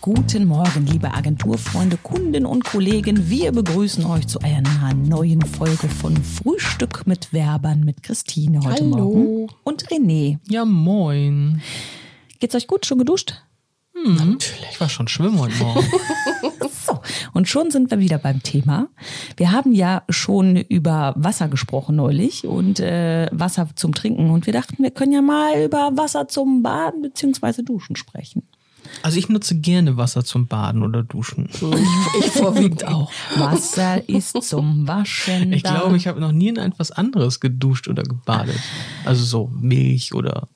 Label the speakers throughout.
Speaker 1: Guten Morgen, liebe Agenturfreunde, Kunden und Kollegen. Wir begrüßen euch zu einer neuen Folge von Frühstück mit Werbern mit Christine heute
Speaker 2: Hallo.
Speaker 1: Morgen und René.
Speaker 2: Ja, moin.
Speaker 1: Geht's euch gut? Schon geduscht?
Speaker 2: Ich war schon schwimmen heute Morgen.
Speaker 1: So, und schon sind wir wieder beim Thema. Wir haben ja schon über Wasser gesprochen neulich und äh, Wasser zum Trinken und wir dachten, wir können ja mal über Wasser zum Baden bzw. Duschen sprechen.
Speaker 2: Also ich nutze gerne Wasser zum Baden oder Duschen.
Speaker 3: Ich vorwiegend auch.
Speaker 1: Wasser ist zum Waschen.
Speaker 2: Ich
Speaker 1: da.
Speaker 2: glaube, ich habe noch nie in etwas anderes geduscht oder gebadet. Also so Milch oder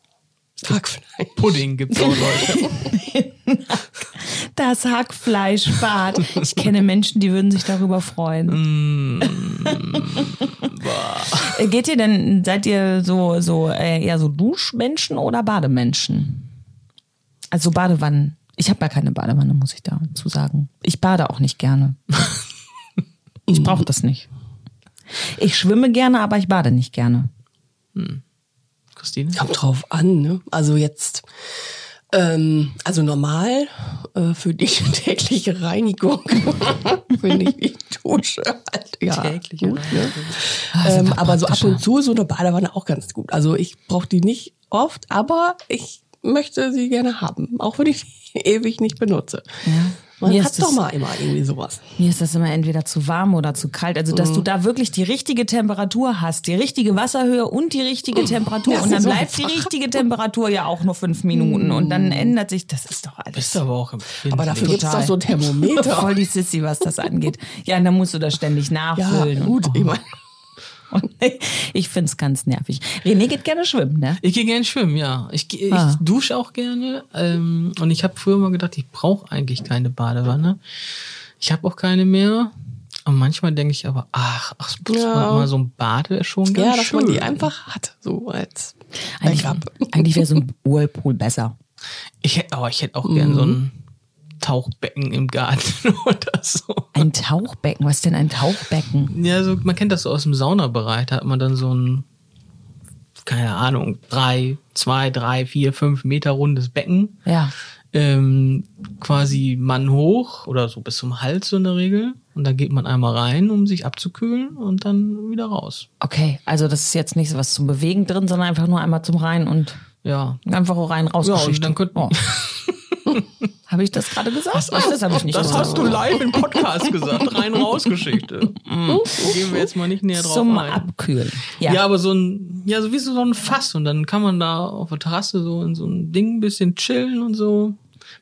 Speaker 3: Hackfleisch.
Speaker 2: Pudding gibt es auch Leute.
Speaker 1: das Hackfleischbad. Ich kenne Menschen, die würden sich darüber freuen. Äh, Geht ihr denn, seid ihr so, so äh, eher so Duschmenschen oder Bademenschen? Also Badewannen. Ich habe ja keine Badewanne, muss ich dazu sagen. Ich bade auch nicht gerne. Ich brauche das nicht. Ich schwimme gerne, aber ich bade nicht gerne.
Speaker 2: Christine?
Speaker 3: Kommt drauf an, ne? Also jetzt, ähm, also normal äh, für die tägliche Reinigung finde ich die Dusche halt ja,
Speaker 2: Tägliche
Speaker 3: gut, ne? ähm, Aber so ab und zu so eine Badewanne auch ganz gut. Also ich brauche die nicht oft, aber ich möchte sie gerne haben, auch wenn ich die ewig nicht benutze. Man
Speaker 1: Mir
Speaker 3: hat
Speaker 1: ist das-
Speaker 3: doch mal immer irgendwie sowas.
Speaker 1: Mir ist das immer entweder zu warm oder zu kalt. Also, dass du
Speaker 3: Mhm.
Speaker 1: da wirklich die richtige Temperatur hast, die richtige Wasserhöhe und die richtige Temperatur.
Speaker 3: Oh, Das
Speaker 1: Und dann
Speaker 3: ist so
Speaker 1: bleibt die richtige Temperatur ja auch nur fünf Minuten. Und
Speaker 3: Mhm.
Speaker 1: dann ändert sich, das ist doch
Speaker 2: Bist
Speaker 1: alles.
Speaker 2: aber auch empfindlich.
Speaker 3: Aber dafür gibt's doch so ein Thermometer.
Speaker 1: Voll die Sissy, was das angeht. Ja, und dann musst du das ständig
Speaker 3: Ja,
Speaker 1: nachfüllen.
Speaker 3: gut, ich meine.
Speaker 1: Und, ich find's ganz nervig. René geht gerne schwimmen, ne?
Speaker 2: Ich gehe gerne schwimmen, ja. Ich, geh- ich
Speaker 1: Ah.
Speaker 2: dusche auch gerne. Ähm, und ich habe früher mal gedacht, ich brauche eigentlich keine Badewanne. Ich habe auch keine mehr. Und manchmal denke ich aber, ach, ach
Speaker 3: Ja.
Speaker 2: mal, mal so ein Bad wäre schon ganz
Speaker 3: Ja, dass
Speaker 2: schön.
Speaker 3: man die einfach hat, so als
Speaker 1: Eigentlich,
Speaker 3: Backup.
Speaker 1: eigentlich wäre so ein Whirlpool besser.
Speaker 2: Ich hätte, aber ich hätte auch gern so ein Tauchbecken im Garten oder so.
Speaker 3: Äh.
Speaker 1: Ein Tauchbecken. Was ist denn ein Tauchbecken?
Speaker 2: Ja, so, man kennt das so aus dem Saunabereich. Da hat man dann so ein, keine Ahnung, drei, zwei, drei, vier, fünf Meter rundes Becken.
Speaker 1: Ja.
Speaker 2: Ähm, quasi Mann hoch oder so bis zum Hals so in der Regel. Und da geht man einmal rein, um sich abzukühlen und dann wieder raus.
Speaker 1: Okay, also das ist jetzt nicht so was zum Bewegen drin, sondern einfach nur einmal zum Rein und
Speaker 2: Ja.
Speaker 1: Einfach rein raus.
Speaker 2: Ja, und dann könnten-
Speaker 1: Oh. Habe ich das gerade gesagt? Ach, das habe ich nicht
Speaker 2: Das
Speaker 1: gesagt.
Speaker 2: hast du live im Podcast gesagt. Rein-raus-Geschichte.
Speaker 1: Mhm.
Speaker 2: Gehen wir jetzt mal nicht näher drauf
Speaker 1: Zum
Speaker 2: ein.
Speaker 1: Abkühlen. Ja.
Speaker 2: Ja. aber so ein, ja, so wie so ein Fass und dann kann man da auf der Terrasse so in so ein Ding ein bisschen chillen und so.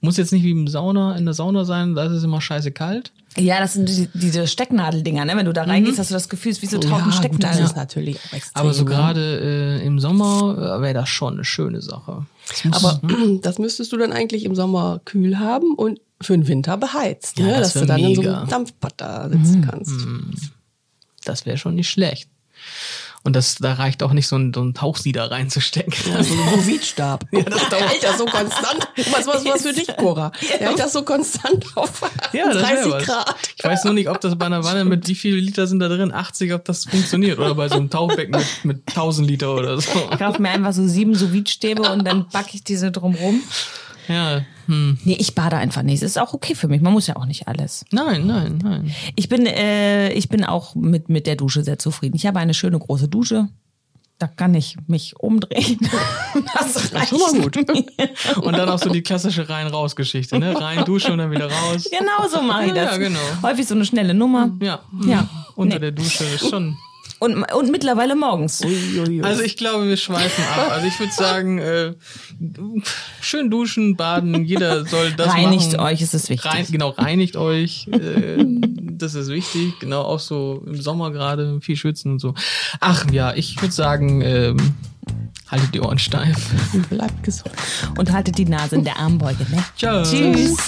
Speaker 2: Muss jetzt nicht wie im Sauna, in der Sauna sein, da ist es immer scheiße kalt.
Speaker 1: ja, das sind die, diese Stecknadeldinger, ne? Wenn du
Speaker 2: Mhm.
Speaker 1: da reingehst, hast du das Gefühl, es ist
Speaker 2: Oh
Speaker 1: wie so tausend
Speaker 3: ja, gut, das
Speaker 1: Stecknadeln.
Speaker 3: ist natürlich auch extrem.
Speaker 2: Aber so
Speaker 3: ne?
Speaker 2: gerade äh, im Sommer äh, wäre das schon eine schöne Sache. Das muss-
Speaker 3: Aber das müsstest du dann eigentlich im Sommer kühl haben und für den Winter beheizt,
Speaker 2: Ja,
Speaker 3: ne?
Speaker 2: das
Speaker 3: dass du
Speaker 2: wär
Speaker 3: dann in so
Speaker 2: mega. Mhm.
Speaker 3: einem Dampfbad da sitzen kannst.
Speaker 2: das wäre schon nicht schlecht. Und das, da reicht auch nicht so ein, so ein Tauchsieder reinzustecken.
Speaker 3: Ja, so ein Movidstab. Ja, das dauert Hält das so konstant. Was, was, was für dich, Cora? Der hält das so konstant auf
Speaker 2: das wär
Speaker 3: 30
Speaker 2: was.
Speaker 3: Grad.
Speaker 2: Ich weiß nur nicht, ob das bei einer Wanne mit wie viele Liter sind da drin? 80, ob das funktioniert. Oder bei so einem Tauchbecken mit, mit 1000 Liter oder so.
Speaker 1: Ich kaufe mir einfach so sieben Sous-Vide-Stäbe und dann backe ich diese drumrum.
Speaker 2: Ja. Hm.
Speaker 1: Nee, ich bade einfach nicht. Es ist auch okay für mich. Man muss ja auch nicht alles.
Speaker 2: Nein, nein, nein.
Speaker 1: Ich bin, äh, ich bin auch mit, mit der Dusche sehr zufrieden. Ich habe eine schöne große Dusche. Da kann ich mich umdrehen. Das reicht.
Speaker 2: Schon mal gut. Und dann auch so die klassische Rein-Raus-Geschichte, ne? Rein, Dusche und dann wieder raus.
Speaker 1: Genau so mache ich
Speaker 2: Ja,
Speaker 1: das.
Speaker 2: ja, genau.
Speaker 1: Häufig so eine schnelle Nummer.
Speaker 2: Ja.
Speaker 1: Ja.
Speaker 2: Unter
Speaker 1: Nee.
Speaker 2: der Dusche ist schon.
Speaker 1: Und, und mittlerweile morgens.
Speaker 2: Also ich glaube, wir schweifen ab. Also ich würde sagen, äh, schön duschen, baden, jeder soll das
Speaker 1: Reinigt
Speaker 2: machen.
Speaker 1: euch, es ist wichtig.
Speaker 2: Rein, genau, reinigt euch. Äh, das ist wichtig. Genau, auch so im Sommer gerade viel schwitzen und so. Ach ja, ich würde sagen, ähm, haltet die Ohren steif.
Speaker 3: Bleibt gesund.
Speaker 1: Und haltet die Nase in der Armbeuge. Ne?
Speaker 2: Äh, Tschüss.
Speaker 1: Tschüss.